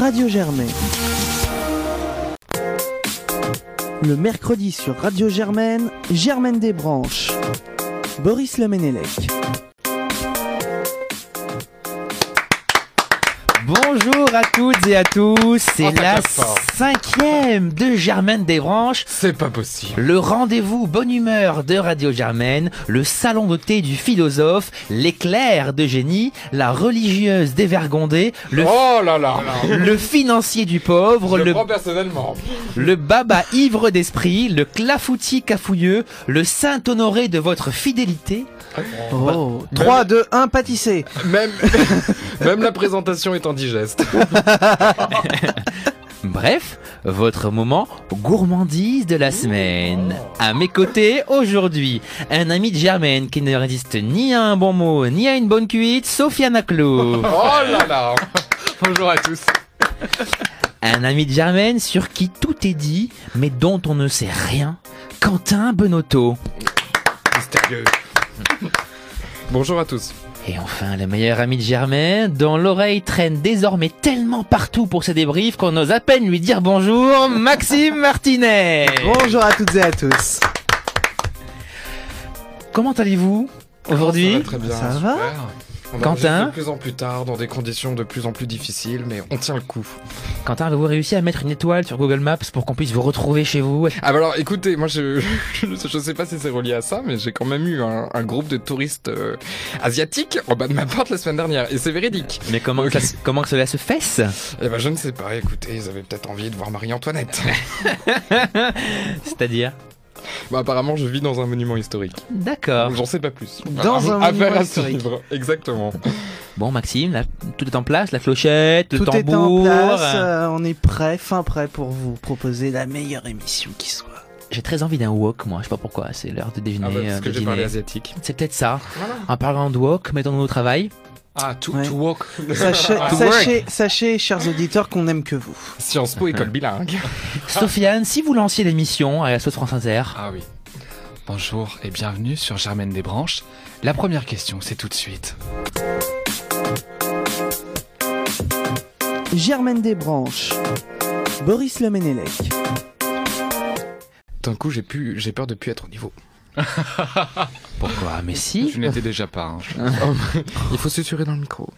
Radio Germain. Le mercredi sur Radio Germaine, Germaine Desbranches, Boris Lemenelec. Bonjour à toutes et à tous, c'est Oh, ça la tape fort. cinquième de Germaine Desbranches, C'est pas possible. le rendez-vous bonne humeur de Radio Germaine, le salon de thé du philosophe, l'éclair de génie, la religieuse dévergondée, le, Oh là là le financier du pauvre, Je le le, prends personnellement. le baba ivre d'esprit, le clafoutis cafouilleux, le saint honoré de votre fidélité. Oh, 3, 2, 1, pâtissez. Même, même la présentation est indigeste. Bref, votre moment gourmandise de la semaine. À mes côtés aujourd'hui, un ami de Germaine qui ne résiste ni à un bon mot ni à une bonne cuite, Sofiane Clou. Oh là là Bonjour à tous. Un ami de Germaine sur qui tout est dit, mais dont on ne sait rien, Quentin Benotto. Mystérieux. Bonjour à tous. Et enfin, le meilleur ami de Germaine, dont l'oreille traîne désormais tellement partout pour ses débriefs qu'on ose à peine lui dire bonjour, Maxime Martinet. Bonjour à toutes et à tous. Comment allez-vous Ça aujourd'hui va très bien. Ça super. va On Quentin enregistre De plus en plus tard, dans des conditions de plus en plus difficiles, mais on tient le coup. Quentin, avez-vous réussi à mettre une étoile sur Google Maps pour qu'on puisse vous retrouver chez vous Ah bah alors écoutez, moi je, je, je sais pas si c'est relié à ça, mais j'ai quand même eu un, un groupe de touristes euh, asiatiques en bas de ma porte la semaine dernière, et c'est véridique. Mais comment, Ok. ça se- comment que cela se fesse Eh ben je ne sais pas, écoutez, ils avaient peut-être envie de voir Marie-Antoinette. C'est-à-dire Bah, apparemment, je vis dans un monument historique. D'accord. Donc, J'en sais pas plus. Dans un Affaire monument à historique. suivre, exactement. Bon, Maxime, la- tout est en place, la clochette, le Tout est en tambour. place, euh, on est prêt, fin prêt pour vous proposer la meilleure émission qui soit. J'ai très envie d'un wok, moi. Je sais pas pourquoi. C'est l'heure de déjeuner. Ah bah, parce euh, que de j'ai parlé dîner. asiatique. C'est peut-être ça. Voilà. En parlant de wok, mettons-nous au travail. Ah, to, Ouais. to walk. Sachez, Ah. sachez, sachez, chers auditeurs, qu'on aime que vous. Sciences Po, école bilingue. Sofiane, si vous lanciez l'émission à la sauce France Inter, Ah oui. Bonjour et bienvenue sur Germaine des Branches. La première question, c'est tout de suite. Germaine Desbranches, Boris Lemenelec. D'un coup, j'ai pu, j'ai peur de plus être au niveau. pourquoi Ah, Mais si. Je n'étais déjà pas. hein. Il faut susurrer dans le micro.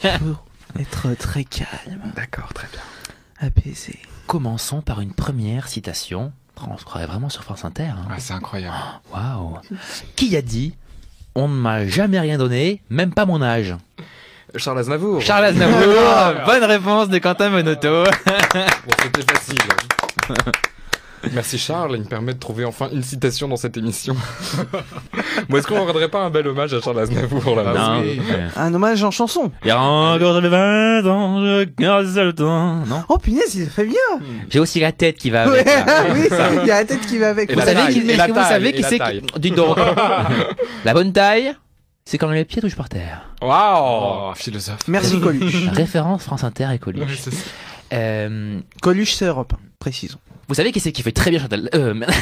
Pour être très calme, D'accord, très bien. apaisé. Commençons par une première citation. On se croirait vraiment sur France Inter. hein. Ah, c'est incroyable. Waouh. Qui a dit On ne m'a jamais rien donné, même pas mon âge. Charles Aznavour. Charles Aznavour. Bonne réponse de Quentin Monotto. Bon, c'était facile. Merci Charles, il me permet de trouver enfin une citation dans cette émission. Bon, est-ce qu'on rendrait pas un bel hommage à Charles Aznavour là Non. oui. Un hommage en chanson. Il y a encore 20 ans, je garde le temps. Non. Oh punaise, il fait bien. J'ai aussi la tête qui va Ouais, avec. là. oui, c'est- il y a la tête qui va avec. Et Vous la savez taille, qui, et mais la que vous taille, savez et qui la c'est taille. qui- Dis donc. la bonne taille, c'est quand les pieds touchent par terre. Waouh Oh, philosophe. Merci Coluche. Référence France Inter et Coluche. Oui, c'est ça. Euh, Coluche, c'est Europe, précisons. vous savez qui c'est qui fait très bien Chantal euh, merde.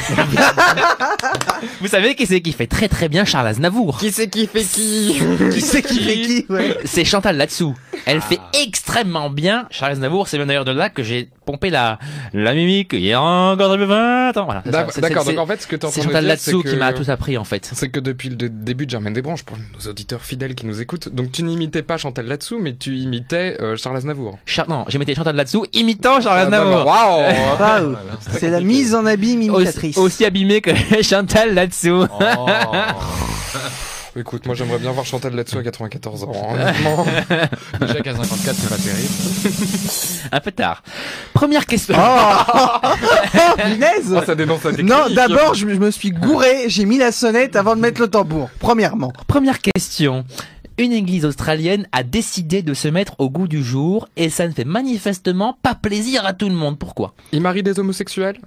Vous savez qui c'est qui fait très très bien Charles Aznavour Qui c'est qui fait qui Qui c'est qui fait qui ouais. C'est Chantal là-dessous. Ah. Elle fait extrêmement bien Charles Aznavour. C'est bien d'ailleurs de là que j'ai pompé la la mimique. Il y a encore 20 ans. Voilà, c'est ça. D'ac- C'est- Bah, D'accord, c'est- donc en fait, ce que tu en C'est train de Chantal dire, c'est Latsou qui que- m'a tout appris en fait. C'est que depuis le début de Germaine Desbranches, pour nos auditeurs fidèles qui nous écoutent, donc tu n'imitais pas Chantal Latsou, mais tu imitais euh, Charles Aznavour. Char- non, j'ai mettais Chantal là-dessous imitant Charles Ah, bah, Aznavour. bah, waouh. Waouh. C'est la mise en abîme imitatrice. Aussi, aussi abîmé que Chantal là-dessous. Oh. Écoute, moi j'aimerais bien voir Chantal Latsou à 94 ans. hein, honnêtement. Déjà qu'à 54, c'est pas terrible. Un peu tard. Première question. Ah. Oh, punaise Oh, ça dénonce la Non, technique. d'abord, je, me- je me suis gouré, j'ai mis la sonnette avant de mettre le tambour, premièrement. Première question. Une église australienne a décidé de se mettre au goût du jour et ça ne fait manifestement pas plaisir à tout le monde. Pourquoi Il marie des homosexuels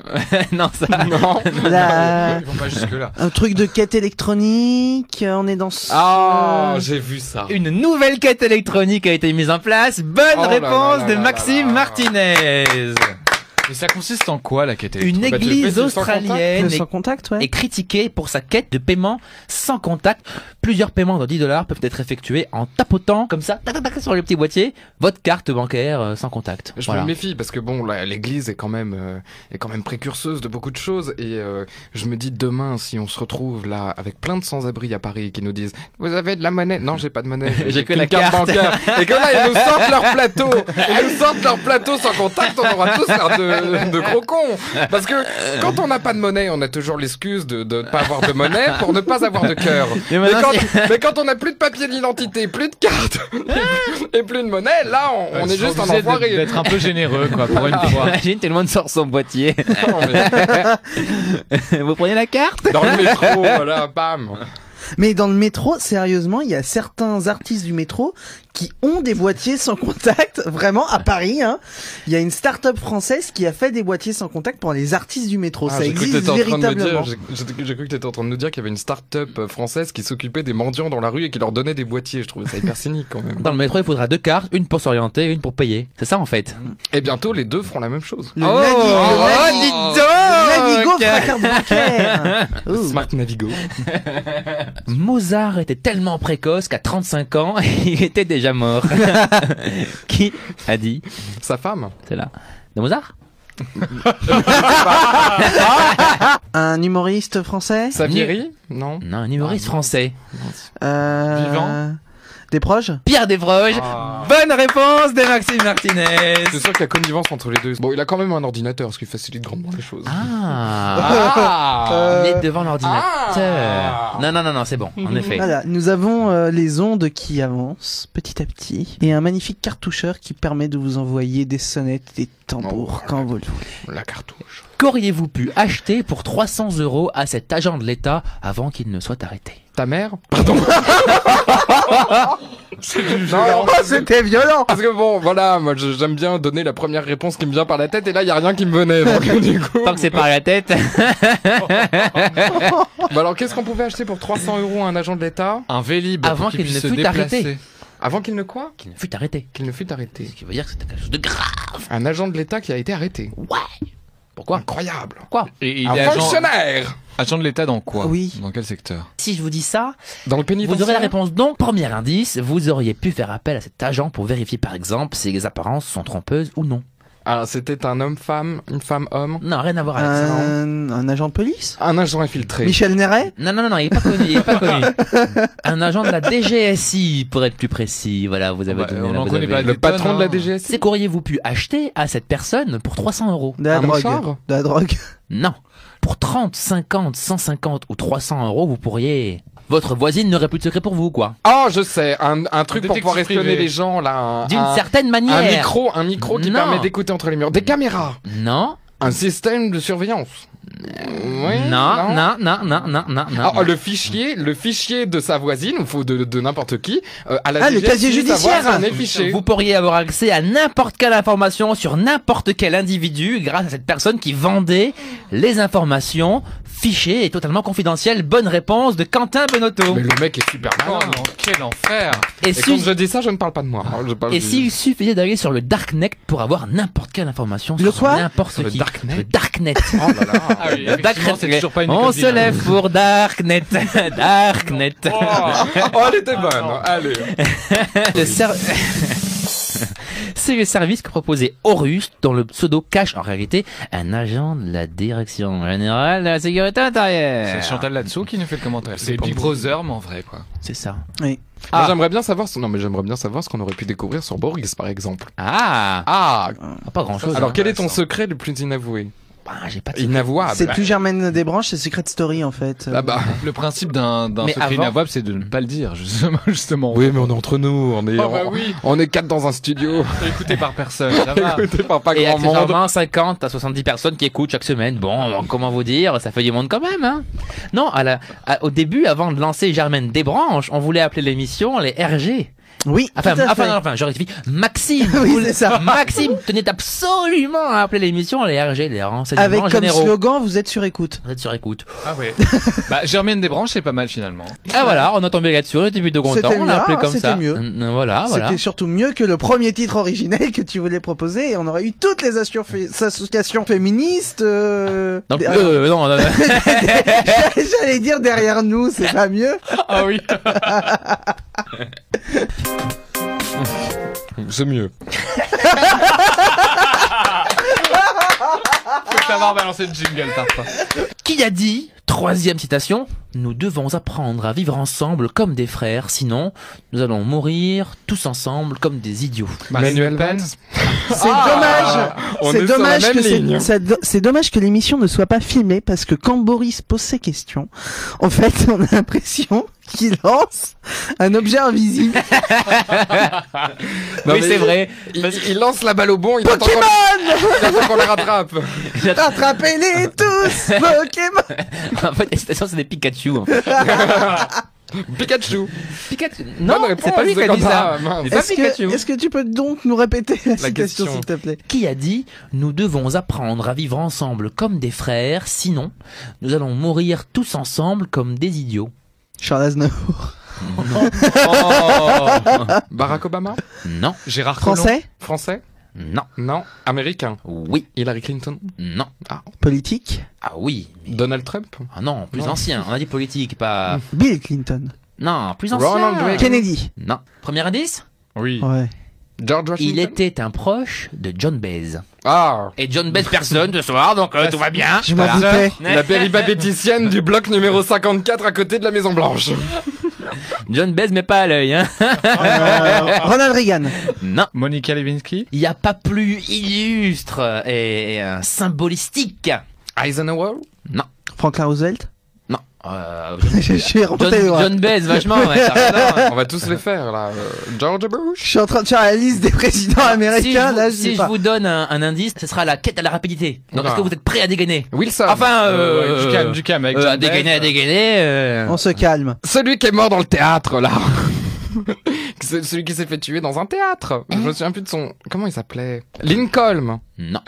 Non, ça. Non. La- Ils vont pas jusque-là. Un truc de quête électronique, euh, on est dans ce... Ah, j'ai vu ça. Une nouvelle quête électronique a été mise en place. Bonne Oh là réponse là là de là Maxime là là. Martinez. Mais ça consiste en quoi la quête Une électronique Bah, tu fais église du sans contact australienne Le est sans contact, ouais. est critiquée pour sa quête de paiement sans contact. Plusieurs paiements de 10 dollars peuvent être effectués en tapotant comme ça tac, tac, tac, sur le petit boîtier votre carte bancaire euh, sans contact. Je Voilà. me méfie parce que bon, la- l'Église est quand même euh, est quand même précurseuse de beaucoup de choses et euh, je me dis demain si on se retrouve là avec plein de sans-abri à Paris qui nous disent vous avez de la monnaie Non, j'ai pas de monnaie. J'ai que qu'une la carte. bancaire. Et que là ils nous sortent leur plateau, ils nous sortent leur plateau sans contact, on aura tous l'air de, de gros cons. Parce que quand on n'a pas de monnaie, on a toujours l'excuse de de ne pas avoir de monnaie pour ne pas avoir de cœur. Mais Mais maintenant, quand, c'est- mais quand on a plus de papier d'identité, plus de carte et plus de monnaie, là on, on est juste un J'essaie de- enfoiré. D'être un peu généreux, quoi, pour une fois. Imagine, tout le monde sort son boîtier. Vous prenez la carte Ah, Dans le métro, voilà, bam. Mais dans le métro, sérieusement, il y a certains artistes du métro qui ont des boîtiers sans contact, vraiment à Paris. Hein. Il y a une start-up française qui a fait des boîtiers sans contact pour les artistes du métro. Ça Ah, j'ai cru que existe t'étais en train de nous véritablement. dire, j'ai- j'ai- j'ai cru que t'étais en train de nous dire qu'il y avait une start-up euh, française qui s'occupait des mendiants dans la rue et qui leur donnait des boîtiers. Je trouvais ça hyper cynique quand même. Dans le métro, il faudra deux cartes, une pour s'orienter, une pour payer. C'est ça en fait. Et bientôt, les deux feront la même chose. Le Navigo, le oh, dis Navigo ok. fera carte bancaire. Oh. Smart Navigo. Mozart était tellement précoce qu'à 35 ans, il était déjà mort. Qui a dit Sa femme. C'est là. De Mozart Un humoriste français Savieri Non. Ah, Non, un humoriste français. euh, Vivant Des proches Pierre Desproges. Ah. Bonne réponse de Maxime Martinez. C'est sûr qu'il y a connivence entre les deux. Bon, il a quand même un ordinateur, ce qui facilite grandement les choses. Ah. Ah. Il est devant l'ordinateur. Ah. Non, non, non, non, c'est bon, en effet. Voilà, nous avons euh, les ondes qui avancent petit à petit et un magnifique cartoucheur qui permet de vous envoyer des sonnettes, des tambours quand vous le voulez. La cartouche. Qu'auriez-vous pu acheter pour 300 euros à cet agent de l'État avant qu'il ne soit arrêté Ta mère Pardon. Non, Oh, c'était violent Parce que bon, voilà, moi je- j'aime bien donner la première réponse qui me vient par la tête et là il y a rien qui me venait. Donc, du coup, Tant que c'est par la tête. bah alors qu'est-ce qu'on pouvait acheter pour 300 euros à un agent de l'État Un vélib Avant pour qu'il qu'il ne puisse se fût arrêté. déplacer. avant qu'il ne quoi Qu'il ne fut arrêté. Qu'il ne fût arrêté. Ce qui veut dire que c'était quelque chose de grave. Un agent de l'État qui a été arrêté. Pourquoi Hmm. Incroyable. Pourquoi Et il un est agent, fonctionnaire agent de l'État dans quoi Oui. Dans quel secteur Si je vous dis ça, dans le pénitentiaire. vous aurez la réponse non. Premier indice, vous auriez pu faire appel à cet agent pour vérifier par exemple si les apparences sont trompeuses ou non. Alors Ah, c'était un homme-femme, une femme-homme, Non, rien à voir avec ça. un, un agent de police un agent infiltré. Michel Néret Non, non, non, non, il est pas connu, il est pas connu. Un agent de la DGSI, pour être plus précis. Voilà, vous avez Bah, donné on là, en vous connaît avez- pas Le Des patron tonnes, de la hein. DGS. C'est qu'auriez-vous pu acheter à cette personne pour 300 euros De la Un drogue. mouchard De la drogue. Non. Pour 30, 50, 150 ou 300 euros, vous pourriez... Votre voisine n'aurait plus de secret pour vous, quoi. Oh, je sais, un, un truc pour détective pouvoir espionner privé. les gens là. un- D'une Ah, un- certaine manière. un micro, un micro qui Non. permet d'écouter entre les murs. Des caméras. Non, Un système de surveillance. Oui, non, non, non, non, non, non, non. Ah, oh, le fichier, le fichier de sa voisine, ou de, de n'importe qui, euh, à la Ah, le DGSI, casier sa judiciaire. voisine est fichée. Vous pourriez avoir accès à n'importe quelle information sur n'importe quel individu grâce à cette personne qui vendait les informations fichées et totalement confidentielles. Bonne réponse de Quentin Benotto. Mais le mec est super malin. hein. Oh non, quel enfer Et, Et si- quand je dis ça, je ne parle pas de moi. hein, je parle et du- s'il suffisait d'aller sur le Darknet pour avoir n'importe quelle information Le sur quoi n'importe Sur le qui. Darknet Le Darknet. Oh là là. Ah oui, Le effectivement, c'est toujours pas une On école se d'hiver. lève pour Darknet. Darknet. Oh, oh, elle était bonne. Allez. Le ser- C'est le service que proposait Horus dans le pseudo cache en réalité un agent de la direction générale de la sécurité C'est intérieure. Chantal Latsou qui nous fait le commentaire. C'est C'est pas Big moi. Brother, mais en vrai, quoi. C'est ça. Moi, Ah. J'aimerais bien savoir. ce- Non, mais j'aimerais bien savoir ce qu'on aurait pu découvrir sur Borges, par exemple. Ah, Ah. pas grand chose. Alors, quel est ton intéressant. secret le plus inavoué j'ai pas de c'est Inavouable. plus Germaine Desbranches, c'est Secret Story en fait. Ah bah. Euh, Le principe d'un d'un Mais secret avant- inavouable, c'est de ne pas le dire, justement. justement. Oui, mais on est entre nous. On est. Oh bah on- oui, On est quatre dans un studio, écouté par personne, ça va. écouté par pas Et grand monde. accessoirement 50 à 70 personnes qui écoutent chaque semaine. Bon, alors, comment vous dire, ça fait du monde quand même, hein Non, à la, à- au début, avant de lancer Germaine Desbranches, on voulait appeler l'émission les RG. Oui, Enfin, tout à enfin, fait. non, enfin, je rectifie. Maxime, Oui, vous- c'est ça. Maxime tenait absolument à appeler l'émission les RG, les renseignements Avec comme généraux. slogan, vous êtes sur écoute. Vous êtes sur écoute. Ah ouais. bah, Germaine Desbranches, c'est pas mal finalement. Ah voilà, on a tombé là-dessus, on était plutôt content, C'était on mieux, l'a appelé hein, comme c'était ça. mieux. Mm, mm, Voilà, voilà. C'était surtout mieux que le premier titre originel que tu voulais proposer et on aurait eu toutes les assur- fé- associations féministes. euh, Donc, derrière- euh, non, non, non. J'allais dire derrière nous, c'est pas mieux. ah oui. C'est mieux. Faut savoir balancer le jingle parfois. Qui a dit, troisième citation, nous devons apprendre à vivre ensemble comme des frères, sinon nous allons mourir tous ensemble comme des idiots. Manuel Bah, Manuel Valls. Ah, Valls. C'est Ah. on Ah, dommage. est C'est sur la dommage, même que c'est- ligne. ça do- c'est dommage que l'émission ne soit pas filmée parce que quand Boris pose ses questions, en fait, on a l'impression qu'il lance un objet invisible. Non, oui, mais c'est il- vrai. Il, Parce- il lance la balle au bon, il attend qu'on- Pokémon il attend qu'on le rattrape. Rattrapez-les tous Pokémon en fait, la citation, c'est des Pikachu. hein. en fait. Pikachu. Pikachu. Bonne Non, c'est pas réponse lui qui de a dit ça. Gambara. Mince. C'est pas Est-ce Pikachu. que, est-ce que tu peux donc nous répéter la, citation, hein. question. s'il te plaît Qui a dit Nous devons apprendre à vivre ensemble comme des frères, sinon nous allons mourir tous ensemble comme des idiots. Charles Aznavour. Barack Obama Non, Gérard Collomb. Français Français non, Non. Américain oui, Hillary Clinton non. Politique Ah oui, mais- Donald Trump ah non, plus Non. ancien. On a dit politique, pas. Bill Clinton. Non, plus ancien. Ronald Reagan. Kennedy. Non. Premier indice Oui. Ouais. George Washington Il était un proche de John Baez. Ah Et John Baez personne ce soir, donc euh, tout va bien. Je m'en Voilà. doutais. La péripathéticienne du bloc numéro 54 à côté de la Maison Blanche. John Baez, mais pas à l'œil, hein. Euh, Ronald Reagan. Non. Monica Lewinsky. Il n'y a pas plus illustre et euh, symbolistique. Eisenhower Franklin Roosevelt. Non. Euh, je suis John, remonté loin. John Baez, vachement. ouais, hein. ça va. On va tous les faire là. Euh, George Je Bush suis en train de faire la liste des présidents si je américains. vous, là, je si sais je pas. vous donne un, un indice, ce sera la quête à la rapidité. Donc Oula. Ah. est-ce que vous êtes prêt à dégainer Wilson Enfin, euh, du calme, du calme. Avec euh, John à dégainer, Baez. à dégainer. euh, On se calme. Celui qui est mort dans le théâtre là C'est Celui qui s'est fait tuer dans un théâtre Je me souviens plus de son... Comment il s'appelait Lincoln Non.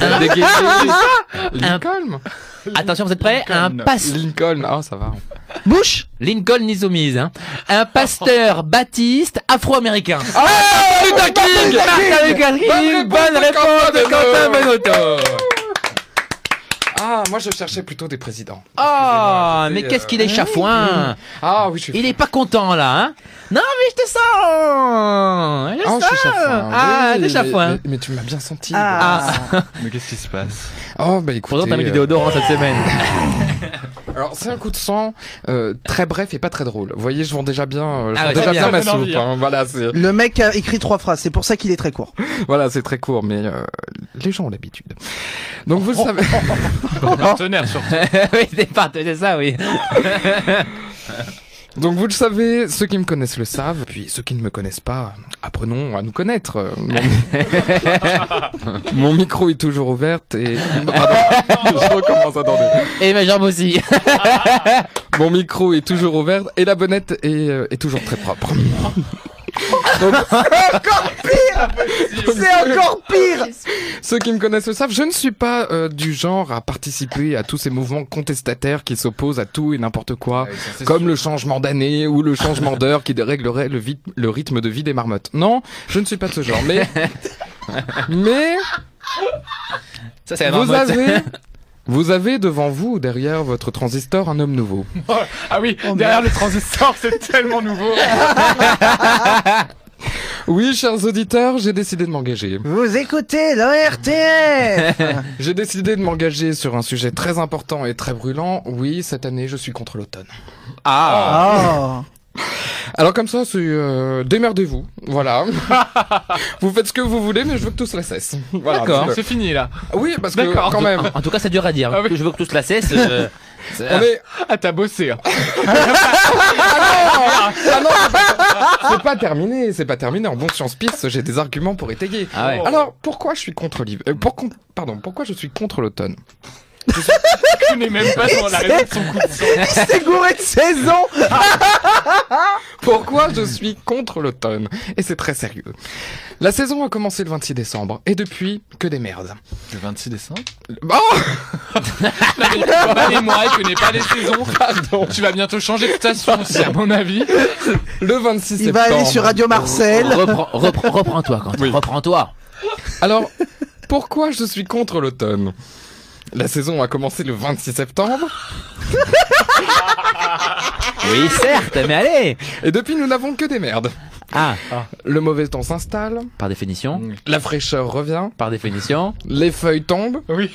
Un- Lincoln Attention, vous êtes prêts Un Lincoln. passe Lincoln, ah ça va. Bush. Lincoln isomise. Hein. Un pasteur baptiste afro-américain. Ah, Luther King Martin Luther King, Bonne réponse de Quentin Benotto. Ah, moi je cherchais plutôt des présidents. Oh, Excusez-moi, mais c'est, qu'est-ce euh, qu'il est chafouin hein. Ah oui, je suis... Il est pas content là, hein Non, mais je te sens Je Ah, je suis sens. chafouin. Ah, Oui, t'es chafouin. Mais, mais tu m'as bien senti. Ah. Mais qu'est-ce qui se passe Oh, bah écoute. Pourtant, t'as mis du déodorant cette semaine. Alors, c'est un coup de sang euh, très bref et pas très drôle. Vous voyez, je vends déjà bien, euh, je Ah vends ouais, déjà ça bien donne ma envie, soupe. hein. Voilà, c'est Le mec a écrit trois phrases. C'est pour ça qu'il est très court. voilà, c'est très court, mais euh, les gens ont l'habitude. Donc vous le savez. Oh. Partenaire surtout. oui, c'est pas- c'est ça, oui. Donc vous le savez, ceux qui me connaissent le savent, puis ceux qui ne me connaissent pas, apprenons à nous connaître. Euh, Mon, Mon micro est toujours ouvert et... Pardon, je recommence, attendez. Et ma jambe aussi. Mon micro est toujours ouvert et la bonnette est, euh, est toujours très propre. Donc, C'est encore pire. ceux qui me connaissent le savent, je ne suis pas euh, du genre à participer à tous ces mouvements contestataires qui s'opposent à tout et n'importe quoi, comme le changement d'année ou le changement d'heure qui déréglerait le, vit- le rythme de vie des marmottes. Non, je ne suis pas de ce genre, mais... mais... Ça, c'est Vous avez, vous avez devant vous, ou derrière votre transistor, un homme nouveau. Ah oui, Oh, derrière le transistor, c'est tellement nouveau. Oui, chers auditeurs, j'ai décidé de m'engager. Vous écoutez l'ORTF. J'ai décidé de m'engager sur un sujet très important et très brûlant. Oui, cette année, je suis contre l'automne. Ah Oh. Alors comme ça, c'est euh, démerdez-vous. Voilà. vous faites ce que vous voulez, mais je veux que tout cela cesse. Voilà, D'accord. parce C'est fini là. que- Oui, parce que Ah, D'accord. quand même, En, en tout cas, ça dure à dire. Ah oui. Je veux que tout cela cesse. euh, c'est- on est. Ah, t'as bossé. hein. Ah non, Ah non, c'est pas- c'est pas terminé. C'est pas terminé. En bon science piste, j'ai des arguments pour étayer. Ah ouais. Alors pourquoi je suis contre l'hiver euh, pour con- Pardon, pourquoi je suis contre l'automne Je n'ai même pas sur la raison de son coup de sang. C'est gouré de saison. Pourquoi je suis contre l'automne Et c'est très sérieux. La saison a commencé le 26 décembre, et depuis, que des merdes. Oh! Le 26 décembre Bon Pas les mois, tu n'es pas les saisons. Tu vas bientôt changer de station aussi, à mon avis. Le 26 Il va septembre. aller sur Radio Marcel. Reprends, reprends, reprends-toi, Quentin. Oui. Reprends-toi. Alors, pourquoi je suis contre l'automne La saison a commencé le 26 septembre, Oui, certes, mais allez. et depuis, nous n'avons que des merdes. Ah, Le mauvais temps s'installe, par définition. la fraîcheur revient, Par définition. les feuilles tombent, Oui.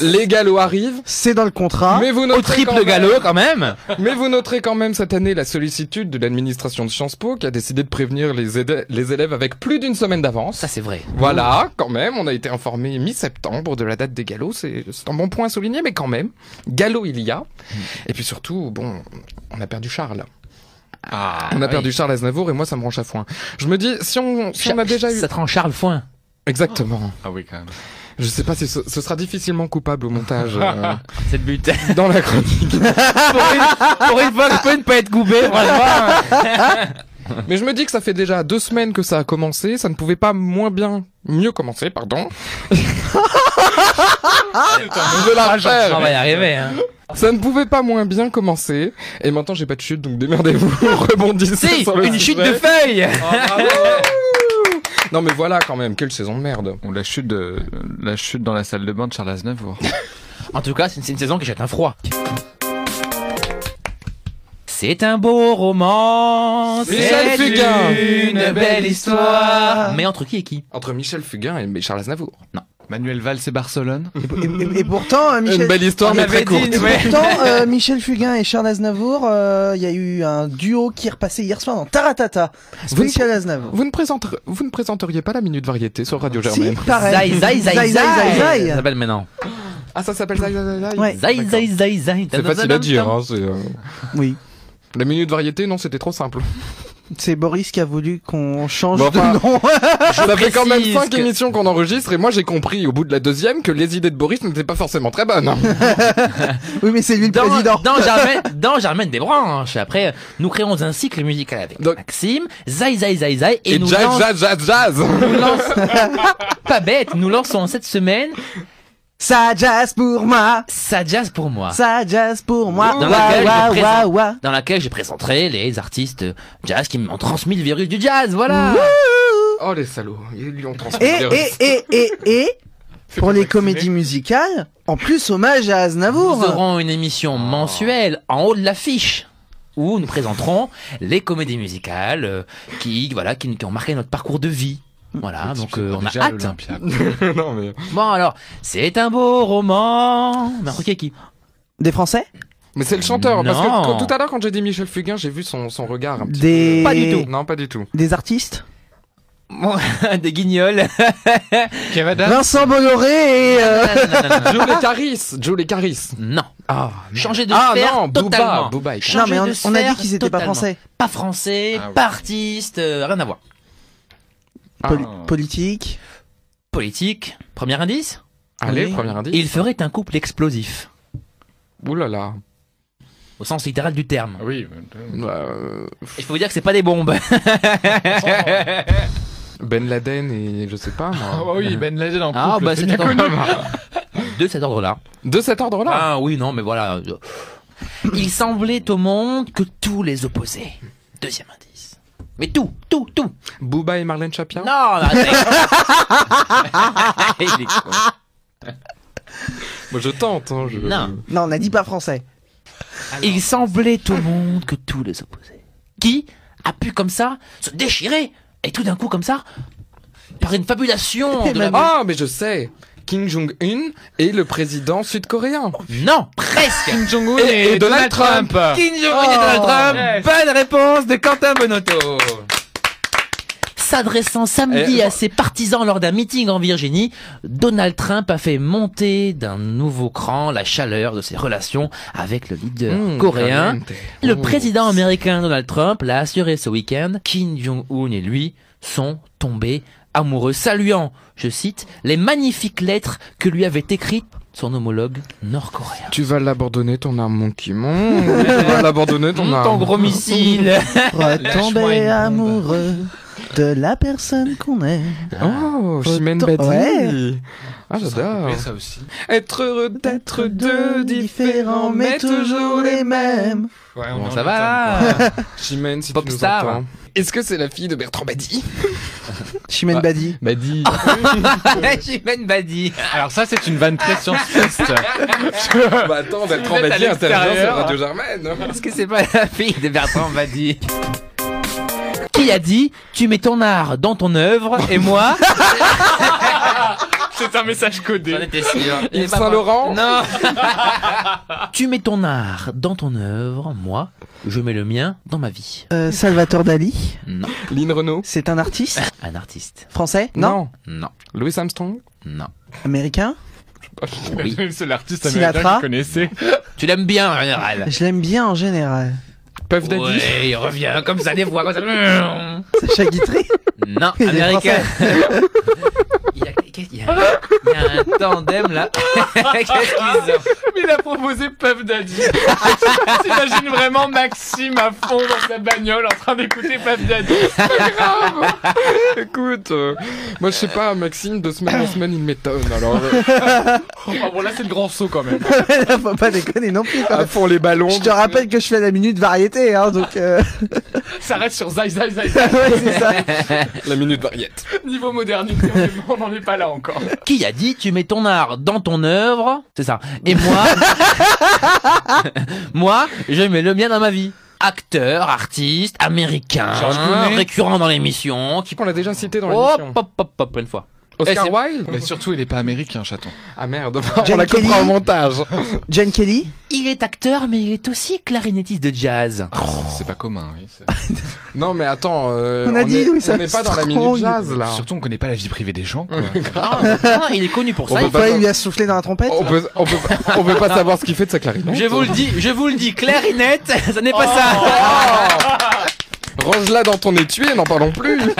les galops arrivent, C'est dans le contrat. mais vous Ah, Au noterez quand triple même- galop, quand même. Mais vous noterez quand même cette année la sollicitude de l'administration de Sciences Po qui a décidé de prévenir les, aide- les élèves avec plus d'une semaine d'avance. Ça, c'est vrai. Voilà, quand même, on a été informé mi-septembre de la date des galops, c'est c'est un bon point à souligner, mais quand même, galop il y a. Mm. Et puis surtout, bon, on a perdu Charles. Ah, On a oui. perdu Charles Aznavour et moi ça me branche à foin. Je me dis, si on, si on a Cha- déjà eu... Ça te rend Charles Foin. Exactement. Ah oui, quand même. Je sais pas si ce, ce sera difficilement coupable au montage euh, C'est le but. dans la chronique. pour, une, pour une fois que je peux ne pas être coupé, franchement. hein. Mais je me dis que ça fait déjà deux semaines que ça a commencé, ça ne pouvait pas moins bien, mieux commencer, pardon. Je la On refaire. va y arriver, hein. Ça ne pouvait pas moins bien commencer. Et maintenant j'ai pas de chute, donc démerdez-vous, rebondissez Si, sur le une chute sujet. de feuilles. Non mais voilà quand même, quelle saison de merde. Ou la chute, de, la chute dans la salle de bain de Charles Aznavour. En tout cas, c'est une, c'est une saison qui jette un froid. C'est un beau roman, Michel c'est Fugain. une belle histoire. Mais entre qui et qui Entre Michel Fugain et Charles Aznavour. Manuel Valls et Barcelone. Et, et- et pourtant, euh, Une Michel. belle histoire On mais très avait courte. dit, ouais. Pourtant, euh, Michel Fugain et Charles Aznavour, euh, il y a eu un duo qui est repassé hier soir dans Taratata. Vous ne- Spécial Aznavour. Vous ne, présenterez- vous ne présenteriez pas la minute variété sur Radio Si, Germaine pareil. Zai, zai, zai, Zai, zai, zai. Ça s'appelle maintenant. Ah ça s'appelle Zai, Zai, Zai Ouais. Zai, D'accord. zai, zai, zai. C'est facile à dire. Hein, c'est, euh, Oui. La minute variété, non, c'était trop simple. C'est Boris qui a voulu qu'on change Bon, enfin, de nom. Ça fait quand même précise cinq que- émissions qu'on enregistre et moi j'ai compris au bout de la deuxième que les idées de Boris n'étaient pas forcément très bonnes. oui, mais c'est lui le Dans, président. dans, Germaine, dans Germaine des Branches. Après, nous créons un cycle musical avec Donc- Maxime, Zai, zai, zai, zai, et, Et, nous jazz, lance- jazz, jazz, jazz nous lance- pas bête, nous lançons cette semaine Ça jazz pour moi. Ça Jazz pour moi. Ça jazz pour moi. Ah. Dans Ouah, laquelle je ouah, ouah, présente- ouah. dans laquelle je présenterai les artistes jazz qui m'ont transmis le virus du jazz, voilà Oh les salauds, ils lui ont transmis Et, le et, virus. et, et, et, Fais-toi pour les vacciner. comédies musicales, en plus, hommage à Nous Aznavour. aurons une émission mensuelle en haut de l'affiche où nous présenterons les comédies musicales euh, qui voilà qui, qui ont marqué notre parcours de vie. Voilà, donc euh, on a Mmh. Déjà à hâte. l'Olympia. non mais... Bon alors, c'est un beau roman. Mais ok, qui Des Français Mais c'est le chanteur, parce que Non. quand- tout à l'heure quand j'ai dit Michel Fugain, j'ai vu son, son regard un petit Des... Pas du tout. Non, pas du tout. Des artistes Bon, Des guignols. Cavada. Vincent Bolloré et... euh, Non, Ah, non, non, non, Joe Lecaris Joe Lecaris non. Ah, Changer de ah sphère non, Booba, totalement. Booba est- Non, Changer mais on, de on a sphère dit qu'ils étaient pas totalement. français. Pas français, Ah ouais. pas artiste, euh, rien à voir. Poli- Ah. Politique. Politique. Premier indice. Allez, Oui. premier indice. Il ferait un couple explosif. Ouh là là. Au sens littéral du terme. Ah Oui. Euh, Il faut vous dire que c'est pas des bombes. ben Laden et je sais pas Ah moi. oui, Ben Laden en couple. Ah, bah, c'est c'est bien connu. De cet ordre-là. De cet ordre-là Ah oui, non, mais voilà. Il semblait au monde que tous les opposés. Deuxième indice. Mais tout, tout, tout. Booba et Marlène Chapia Non, arrêtez. Il est con. Moi je tente, hein, je... Non. Non, on a dit pas français. Il semblait au monde que tous les opposés. Qui a pu comme ça se déchirer et tout d'un coup comme ça par une fabulation de la... Ah, mais je sais Kim Jong-un est le président sud-coréen. Oh, non, presque. Kim Jong-un Et- et Donald Kim Jong-un et Donald Trump. Oh. Yes. Bonne réponse de Quentin Bonotto. S'adressant samedi Eh, à ses partisans lors d'un meeting en Virginie, Donald Trump a fait monter d'un nouveau cran la chaleur de ses relations avec le leader Hmm, Mmh, coréen. caliente. Le Mmh. président américain Donald Trump l'a assuré ce week-end. Kim Jong-un et lui sont tombés amoureux, saluant, je cite, les magnifiques lettres que lui avait écrites son homologue nord-coréen. Oh. Tu vas l'abandonner, ton arme qui monte. tu vas l'abandonner, ton Mmh, ton arme. gros missile Lâche-moi une Retomber bombe. amoureux de la personne qu'on aime. Oh, Chimène Autant- Badi. Ouais. Ah, j'adore. ça aussi. Être heureux d'être deux différents, mais toujours les mêmes. Ouais, Bon, ça va là Chimène, si tu nous Popstar. entends. Est-ce que c'est la fille de Bertrand Ah, Badi Chimène Bah. Badi. Badi. Chimène Ben Badi Alors ça, c'est une vanne très science-fest. Bah attends, Bertrand Vous êtes à Badi intervient sur l'extérieur. Radio Germaine. Est-ce que c'est pas la fille de Bertrand Badi Qui a dit Tu mets ton art dans ton œuvre et moi c'est un message codé. J'en étais sûr. Il est Yves pas Saint-Laurent Non Tu mets ton art dans ton œuvre, moi, je mets le mien dans ma vie. Euh, Salvatore Dali. Non. Lynn Renault C'est un artiste Un artiste français Non. Louis Armstrong Non. Américain C'est l'artiste Sinatra. américain que je connaissais. Tu l'aimes bien en général Je l'aime bien en général. Puff Daddy Ouais, il revient comme ça des voix comme ça. Sacha Guitry Non, Il est américain. Il y, a, qu'est-ce qu'il y a un- il y a un tandem là. Qu'est-ce qu'ils ont Mais il a proposé Puff Daddy. T'imagines vraiment Maxime à fond dans sa bagnole en train d'écouter Puff Daddy. Écoute, euh, moi je sais pas, Maxime, de semaine en semaine il m'étonne. Alors, euh, Oh, bon là, c'est le grand saut quand même. Là, Faut pas déconner non plus. quand à même. fond les ballons. Je te rappelle que je fais la minute variété, hein, donc euh... Ça reste sur Zai Zai Zai. ouais, c'est ça. La minute variette. Niveau modernité, on est- on n'en est pas là encore. Qui a dit tu mets ton art dans ton œuvre C'est ça. Et moi, moi, je mets le mien dans ma vie. Acteur, artiste, américain, George Clooney. récurrent dans l'émission, qui Qu'on l'a déjà cité dans hop, l'émission. hop, hop, hop, une fois. Eh, c'est- Oscar Wilde Mais surtout, il est pas américain, chaton. Ah merde, on Jane la Kelly. coupera au montage. John Kelly Il est acteur, mais il est aussi clarinettiste de jazz. Ah. C'est pas commun, oui. c'est- Non mais attends, euh, On a dit, est, Louis on n'est pas dans la minute Armstrong. jazz là. Surtout, on connaît pas la vie privée des gens, quoi. Ah, il est connu pour On ça. peut Il- Bah, Ouais, non. il lui a soufflé dans la trompette On peut, on peut, on peut pas savoir ce qu'il fait de sa clarinette. Je vous le dis, je vous le dis, clarinette, ça n'est pas Oh. Range-la dans ton étui et n'en parlons plus. ça.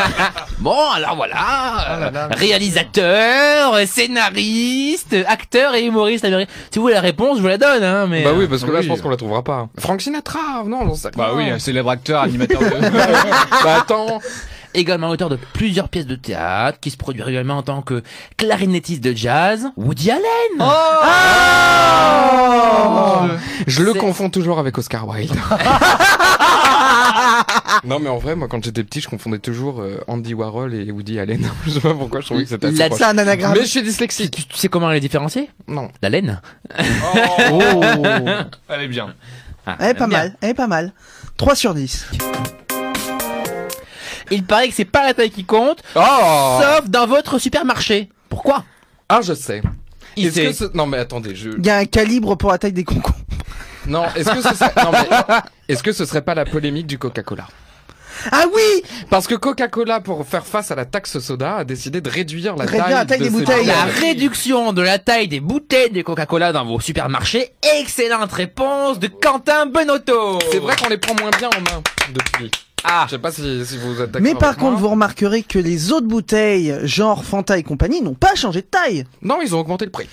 Bon, alors Ah voilà, euh, réalisateur, euh, scénariste, euh, acteur et humoriste américain. Si vous voulez la réponse, je vous la donne, hein, mais. bah oui, parce que là Eh, oui. je pense qu'on la trouvera pas. Frank Sinatra, non, j'en sais Bah rien. oui, un célèbre acteur, animateur de... Bah attends, euh, également auteur de plusieurs pièces de théâtre, qui se produit régulièrement en tant que clarinettiste de jazz, Woody Allen. Ah Oh je le C'est- confonds toujours avec Oscar Wilde. non mais en vrai, moi quand j'étais petit, je confondais toujours euh, Andy Warhol et Woody Allen. je sais pas pourquoi je trouvais que c'était assez La- proche. C'est un anagramme. Mais oh, je suis dyslexique. Tu, tu sais comment les différencier? Non. La laine? Elle est bien. Ah, Eh, pas bien. mal, eh, pas mal. 3 sur 10. Il paraît que c'est pas la taille qui compte, Oh sauf dans votre supermarché. Pourquoi? Ah, je sais. Il Est-ce que sait. ce- Non mais attendez, je... Il y a un calibre pour la taille des concours. Non, est-ce que ce serait... non, mais Est-ce que ce serait pas la polémique du Coca-Cola Ah oui Parce que Coca-Cola, pour faire face à la taxe soda, a décidé de réduire la Réduire taille, la taille de des ses bouteilles. La Ah, réduction de la taille des bouteilles de Coca-Cola dans vos supermarchés. Excellente réponse de Quentin Benotto. C'est vrai qu'on les prend moins bien en main depuis. Ah. Je sais pas si, si vous êtes d'accord Mais par avec moi. contre, vous remarquerez que les autres bouteilles, genre Fanta et compagnie, n'ont pas changé de taille. Non, ils ont augmenté le prix.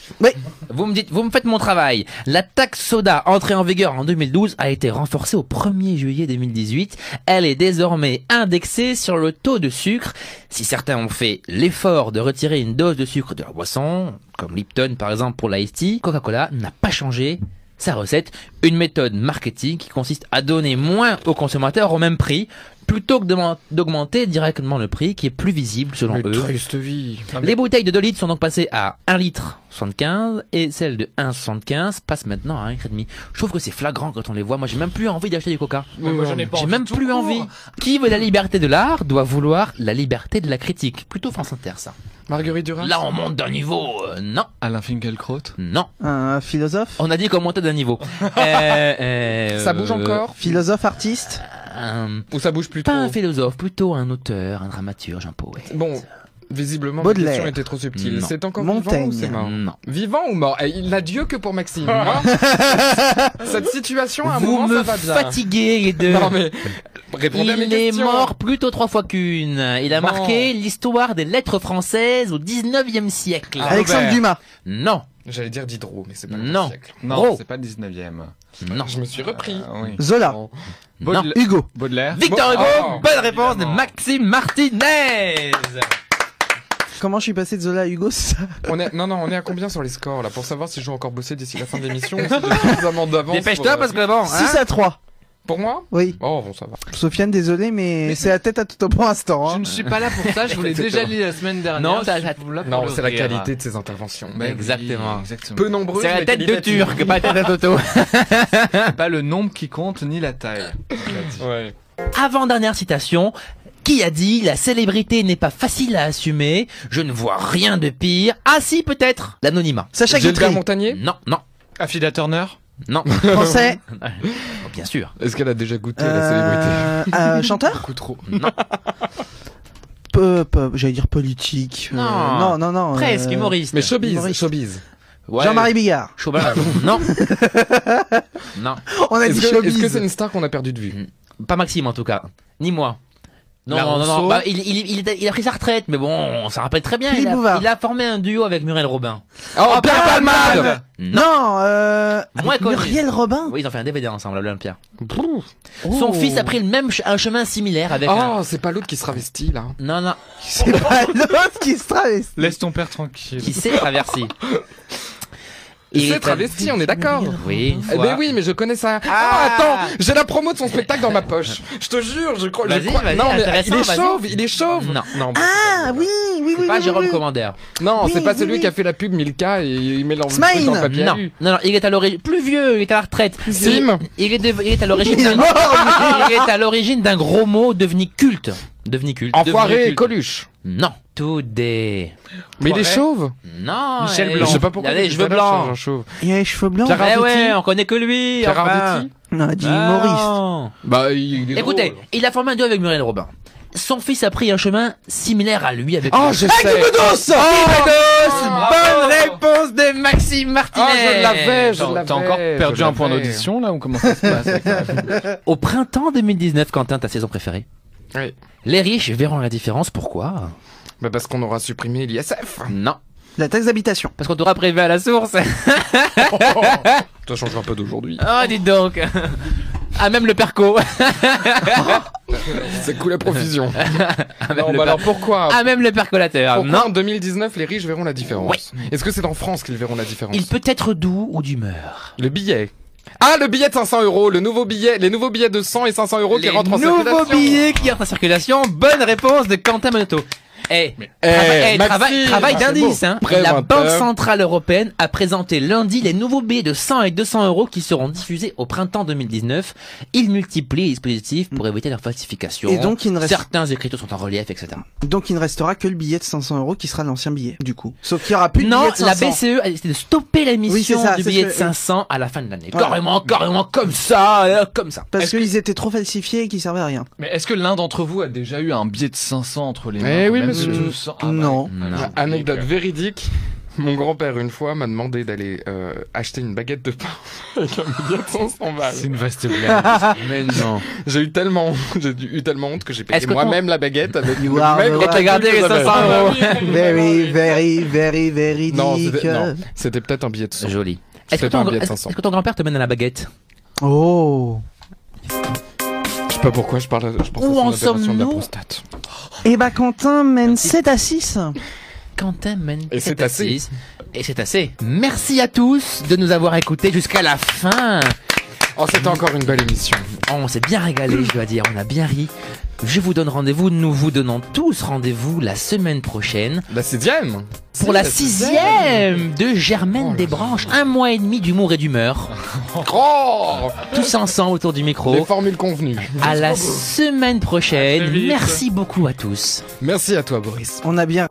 Vous me dites, vous me faites mon travail. La taxe soda entrée en vigueur en 2012 a été renforcée au 1er juillet 2018. Elle est désormais indexée sur le taux de sucre. Si certains ont fait l'effort de retirer une dose de sucre de la boisson, comme Lipton par exemple pour l'Ice Tea, Coca-Cola n'a pas changé sa recette. Une méthode marketing qui consiste à donner moins aux consommateurs au même prix, plutôt que de- d'augmenter directement le prix qui est plus visible selon eux. Ah, triste vie. Les bouteilles de 2 litres sont donc passées à 1 litre 75 et celles de 1,75 passent maintenant à 1,5 litre. Je trouve que c'est flagrant quand on les voit. Moi, j'ai même plus envie d'acheter du coca. moi, j'en ai pas J'ai envie même tout plus court. envie. Qui veut la liberté de l'art doit vouloir la liberté de la critique. Plutôt France Inter, ça. Marguerite Duras Là, on monte d'un niveau. euh, non, Alain Finkielkraut non. Un Oh. philosophe On a dit qu'on montait d'un niveau. Euh, euh, Ça bouge euh, encore Philosophe artiste Ah, un- Ou ça bouge plus Pas trop un philosophe, plutôt un auteur, un dramaturge, un poète. Bon, visiblement, la Baudelaire. question était trop subtile. Non. C'est encore vivant Montaigne. ou c'est mort Non. Vivant ou mort Eh, Il n'a Dieu que pour Maxime. hein. Cette situation, à un Vous moment, me ça va bien. fatiguez les deux. Non mais, répondez à mes Il est questions. mort plutôt trois fois qu'une. Il a Bon. marqué l'histoire des lettres françaises au 19e siècle. Ah, Alexandre Robert. Dumas. Non. J'allais dire Diderot, mais c'est pas le Non. siècle. Gros. Non, c'est pas le 19e. Non. Je me suis repris. Ah, oui. Zola, Non. Non. Baudela- Hugo. Baudelaire. Victor Hugo, Oh, bonne réponse de évidemment. Maxime Martinez. Comment je suis passé de Zola à Hugo c'est ça On est... Non, non, on est à combien sur les scores là Pour savoir si je vais encore bosser d'ici la fin de l'émission. ou si j'ai suffisamment d'avance pour, Dépêche-toi euh, parce que bon, hein. 6 à 3. Pour moi Oui. Oh, bon, ça va. Sofiane, désolé, mais, Mais- c'est la tête à tout pour l'instant. Je hein. ne suis pas là pour ça, je vous l'ai déjà Exactement. lu la semaine dernière. Non, ça- je suis là pour Non, le c'est la rire. qualité de ses interventions. Bah oui, Exactement. exactement. Peu nombreuses. C'est la mais tête de qualitatives. Turc, pas la tête de Toto. Pas le nombre qui compte ni la taille. Ouais. Avant-dernière citation. Qui a dit la célébrité n'est pas facile à assumer Je ne vois rien de pire. Ah si, peut-être l'anonymat. Sacha Gilbert Guitry, Montagnier Non, non, Affida Turner non. français, Bien sûr. Est-ce qu'elle a déjà goûté à la célébrité euh, euh, chanteur, Beaucoup trop. peu, peu- j'allais dire politique. euh, non, Non. non, non, Presque euh, humoriste. Mais showbiz, Humoriste. showbiz. Ouais. Jean-Marie Bigard. Chaubin. euh, Non. non. On a dit Est-ce que- est-ce showbiz. que c'est une star qu'on a perdu de vue Pas Maxime en tout cas. Ni moi. Non, La non, non, Rousseau. non. Bah, il, il, il, a- il a pris sa retraite, mais bon, on s'en rappelle très bien. Philippe Il a, Bouvard. il a formé un duo avec Muriel Robin. Oh, Pierre Palmade Palmade non, euh, Moins avec connu. Muriel Robin. Oui, ils ont fait un DVD ensemble, à l'Olympia. Son fils a pris le même ch- un chemin similaire avec un... Oh, c'est pas l'autre qui se travestit là. Non, non, C'est pas l'autre qui se travestit. Laisse ton père tranquille. qui s'est traversé. Il s'est travesti, on est d'accord. Oui, une Eh fois. ben oui, mais je connais ça. Ah, attends, j'ai la promo de son spectacle dans ma poche. Je te jure, je crois. je Vas-y, crois- vas-y, non, mais il intéressant, est vas-y. chauve, il est chauve. Non. non, bah, Ah oui, oui, oui, C'est pas oui, Jérôme oui. Commander. non, Oui, c'est pas oui, celui oui. qui a fait la pub Milka et il met l'enveloppe Smaïn. dans le papier. Non. non, non, il est à l'origine, plus vieux, il est à la retraite. Sim. Il est, de- il est à l'origine Il est d'un, mort. il est à l'origine d'un gros mot devenu culte. Devenu culte. devenu Enfoiré et culte. Coluche. Non. Tout des. Mais il est Enfoiré. cheveux Non. Michel eh, Blanc. Je sais pas pourquoi. Allez, depuis cheveux tout à l'heure, je blancs. cherche un chauve. Il a les cheveux blancs. Pierre Eh Arditi. ouais, on connaît que lui. Pierre enfin. Arditi. On a dit Ah, humoriste. non. Bah, il est Écoutez, drôle. il a formé un duo avec Muriel Robin. Son fils a pris un chemin similaire à lui avec. Oh, je sais. Ah, Ah, Bonne réponse de Maxime Martinez. Ah, je l'avais, je T'as l'avais. t'as encore perdu je un point l'avais. d'audition là ou comment ça se passe avec la- Au printemps 2019, Quentin, ta saison préférée Oui. Les riches verront la différence. Pourquoi Bah, parce qu'on aura supprimé l'ISF. Non. La taxe d'habitation. Parce qu'on t'aura prévu à la source. Ça changera pas d'aujourd'hui. Oh, dis donc. Ah, même le perco. Oh. C'est cool la profusion. non, le bah par- alors pourquoi Ah, même le percolateur. Pourquoi Non. en 2019 les riches verront la différence Est-ce que c'est en France qu'ils verront la différence Il peut être doux ou d'humeur. Le billet. Ah le billet de 500 euros, le nouveau billet, les nouveaux billets de 100 et 500 euros qui Les rentrent en nouveaux circulation. billets qui entrent en circulation. Bonne réponse de Quentin Monoto. Eh, Eh, trava- eh, Maxime, travail, travail c'est d'indice. beau. Hein. Prêt, La 20. Banque Centrale Européenne a présenté lundi les nouveaux billets de 100 et 200 euros qui seront diffusés au printemps 2019. Ils multiplient les dispositifs pour éviter leur falsification. Et donc, il ne reste- Certains écriteaux sont en relief, etc. Donc il ne restera que le billet de 500 euros qui sera l'ancien billet, du coup. Sauf qu'il y aura plus de non, billet de 500. la BCE a décidé de stopper Oui, c'est l'émission ça, du c'est billet ce de que- 500 à la fin de l'année. Voilà. Carrément, carrément, comme ça, euh, comme ça. Parce qu'ils étaient trop falsifiés et qu'ils servaient à rien. Mais est-ce que l'un d'entre vous a déjà eu un billet de 500 entre les mains Eh oui, même monsieur. si tu le sens- Ah, bah, non. Ah, Anecdote véridique. Mon grand-père une fois m'a demandé d'aller euh, acheter une baguette de pain avec un billet de 500 balles. C'est une vaste blague. Mais non. J'ai eu tellement j'ai eu tellement honte que j'ai Est-ce payé que ton- moi-même la baguette avec You le are même the recul T'as gardé que les euh, j'avais. 500 euros. Very, very, very, very Non, c'était non, c'était peut-être un billet de 100. Joli. Je Est-ce que, fais pas un ton, billet de est-ce- 500. est-ce que ton grand-père te mène à la baguette Oh. Je sais pas pourquoi je parle je pense à Où son en opération de la sommes-nous prostate. Et bah Quentin mène 7 à 6. Quentin mène Et cette c'est assez. assise. Et c'est assez. Merci à tous de nous avoir écoutés jusqu'à la fin. Oh, c'était encore une belle émission. Oh, on s'est bien régalé, je dois dire. On a bien ri. Je vous donne rendez-vous. Nous vous donnons tous rendez-vous la semaine prochaine La sixième pour la sixième de Germaine Oh là des Branches. Un mois et demi d'humour et d'humeur. Oh Tous ensemble autour du Oh. Les micro. formules convenues. À la semaine À prochaine. très vite. Merci beaucoup à tous. Merci à toi, Boris. On a bien